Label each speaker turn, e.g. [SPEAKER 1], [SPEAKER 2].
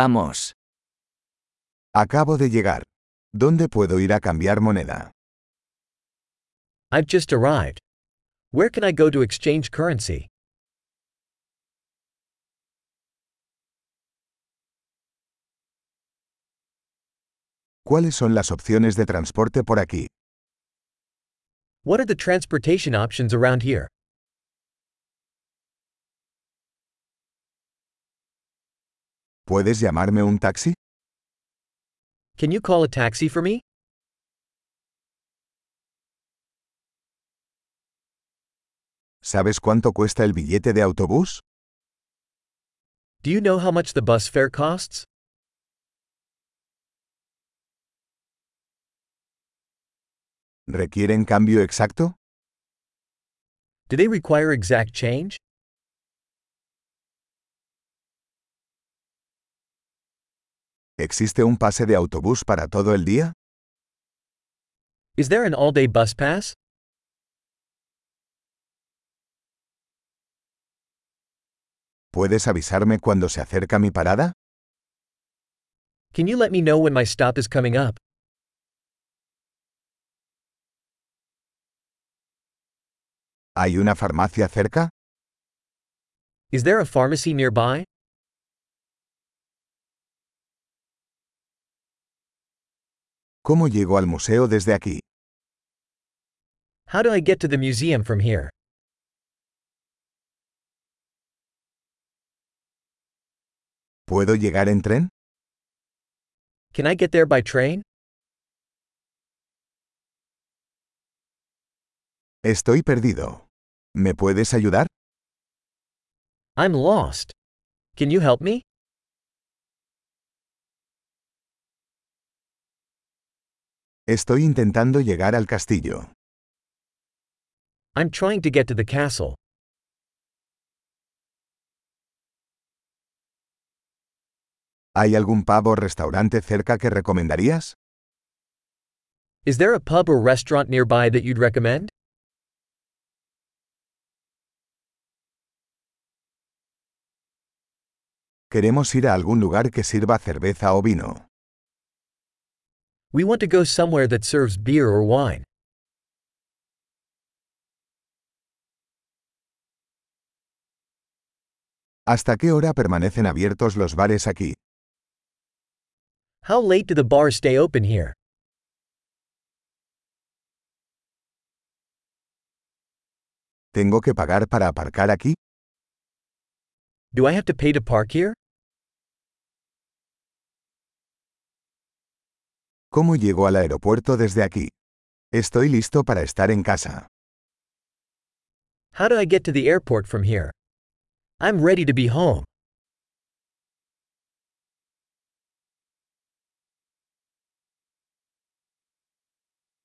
[SPEAKER 1] Vamos.
[SPEAKER 2] Acabo de llegar. ¿Dónde puedo ir a cambiar moneda?
[SPEAKER 3] I've just arrived. Where can I go to exchange currency?
[SPEAKER 2] ¿Cuáles son las opciones de transporte por aquí?
[SPEAKER 3] What are the transportation options around here?
[SPEAKER 2] ¿Puedes llamarme un taxi?
[SPEAKER 3] Can you call a taxi for me?
[SPEAKER 2] ¿Sabes cuánto cuesta el billete de autobús?
[SPEAKER 3] Do you know how much the bus fare costs?
[SPEAKER 2] ¿Requieren cambio exacto?
[SPEAKER 3] Do they require exact change?
[SPEAKER 2] ¿Existe un pase de autobús para todo el día?
[SPEAKER 3] Is there an all day bus pass?
[SPEAKER 2] ¿Puedes avisarme cuando se acerca mi parada?
[SPEAKER 3] Can you let me know when my stop is coming up?
[SPEAKER 2] ¿Hay una farmacia cerca?
[SPEAKER 3] Is there a pharmacy nearby?
[SPEAKER 2] ¿Cómo llego al museo desde aquí?
[SPEAKER 3] How do I get to the museum from here?
[SPEAKER 2] ¿Puedo llegar en tren?
[SPEAKER 3] Can I get there by train?
[SPEAKER 2] Estoy perdido. ¿Me puedes ayudar?
[SPEAKER 3] I'm lost. Can you help me?
[SPEAKER 2] Estoy intentando llegar al castillo.
[SPEAKER 3] I'm trying to get to the castle.
[SPEAKER 2] ¿Hay algún pub o restaurante cerca que recomendarías?
[SPEAKER 3] Is there a pub or restaurant nearby that you'd recommend?
[SPEAKER 2] Queremos ir a algún lugar que sirva cerveza o vino.
[SPEAKER 3] We want to go somewhere that serves beer or wine.
[SPEAKER 2] ¿Hasta qué hora permanecen abiertos los bares aquí?
[SPEAKER 3] How late do the bars stay open here?
[SPEAKER 2] ¿Tengo que pagar para aparcar aquí?
[SPEAKER 3] Do I have to pay to park here?
[SPEAKER 2] ¿Cómo llego al aeropuerto desde aquí? Estoy listo para estar en casa.
[SPEAKER 3] How do I get to the airport from here? I'm ready to be home.